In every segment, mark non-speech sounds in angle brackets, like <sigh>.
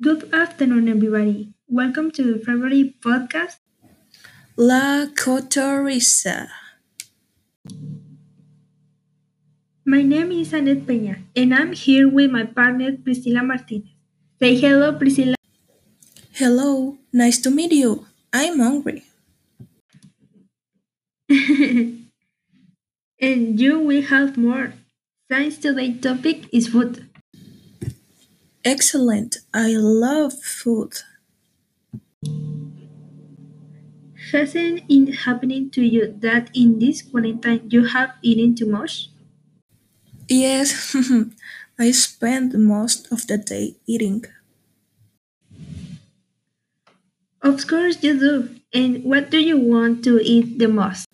Good afternoon, everybody. Welcome to the February podcast. La Cotorrisa. My name is Annette Peña, and I'm here with my partner, Priscila Martinez. Say hello, Priscila. Hello, nice to meet you. I'm hungry. <laughs> and you will have more. Science today topic is food. Excellent. I love food. Hasn't it happened to you that in this quarantine you have eaten too much? Yes, <laughs> I spend most of the day eating. Of course you do. And what do you want to eat the most?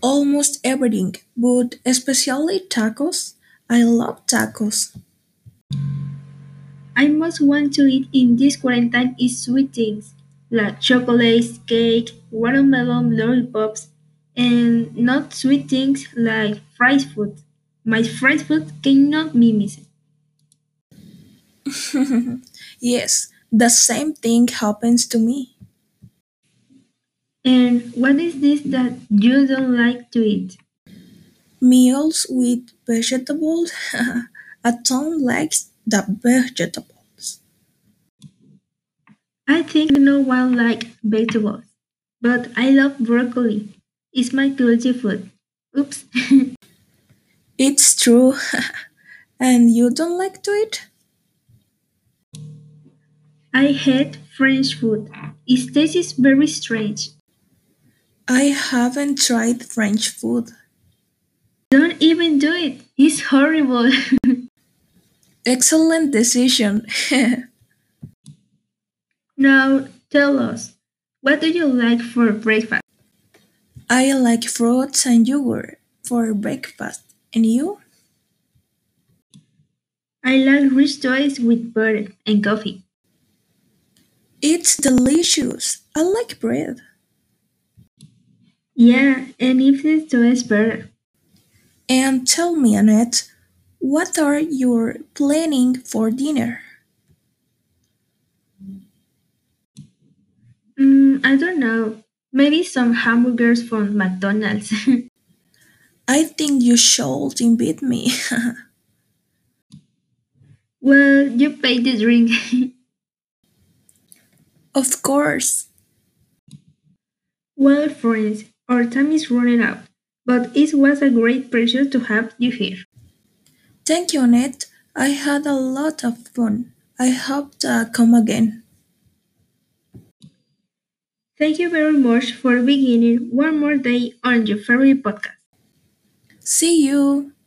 Almost everything, but especially tacos. I love tacos. <laughs> I most want to eat in this quarantine is sweet things like chocolates, cake, watermelon lollipops, and not sweet things like fried food. My fried food cannot be missed. yes, the same thing happens to me. And what is this that you don't like to eat? Meals with vegetables. <laughs> I don't like the vegetables. I think no one likes vegetables, but I love broccoli. It's my guilty food. Oops. <laughs> it's true. <laughs> and you don't like to eat? I hate French food. Its taste is very strange. I haven't tried French food. Don't even do it. It's horrible. <laughs> Excellent decision. <laughs> Now tell us, what do you like for breakfast? I like fruits and yogurt for breakfast. And you? I like rich toast with butter and coffee. It's delicious. I like bread. Yeah, and if this toast butter. And tell me, Annette, what are you planning for dinner? Mm, I don't know. Maybe some hamburgers from McDonald's. <laughs> I think you should invite me. <laughs> well, you pay the drink. <laughs> of course. Well, friends, our time is running out, but it was a great pleasure to have you here. Thank you, Annette. I had a lot of fun. I hope to come again. Thank you very much for beginning one more day on your favorite podcast. See you.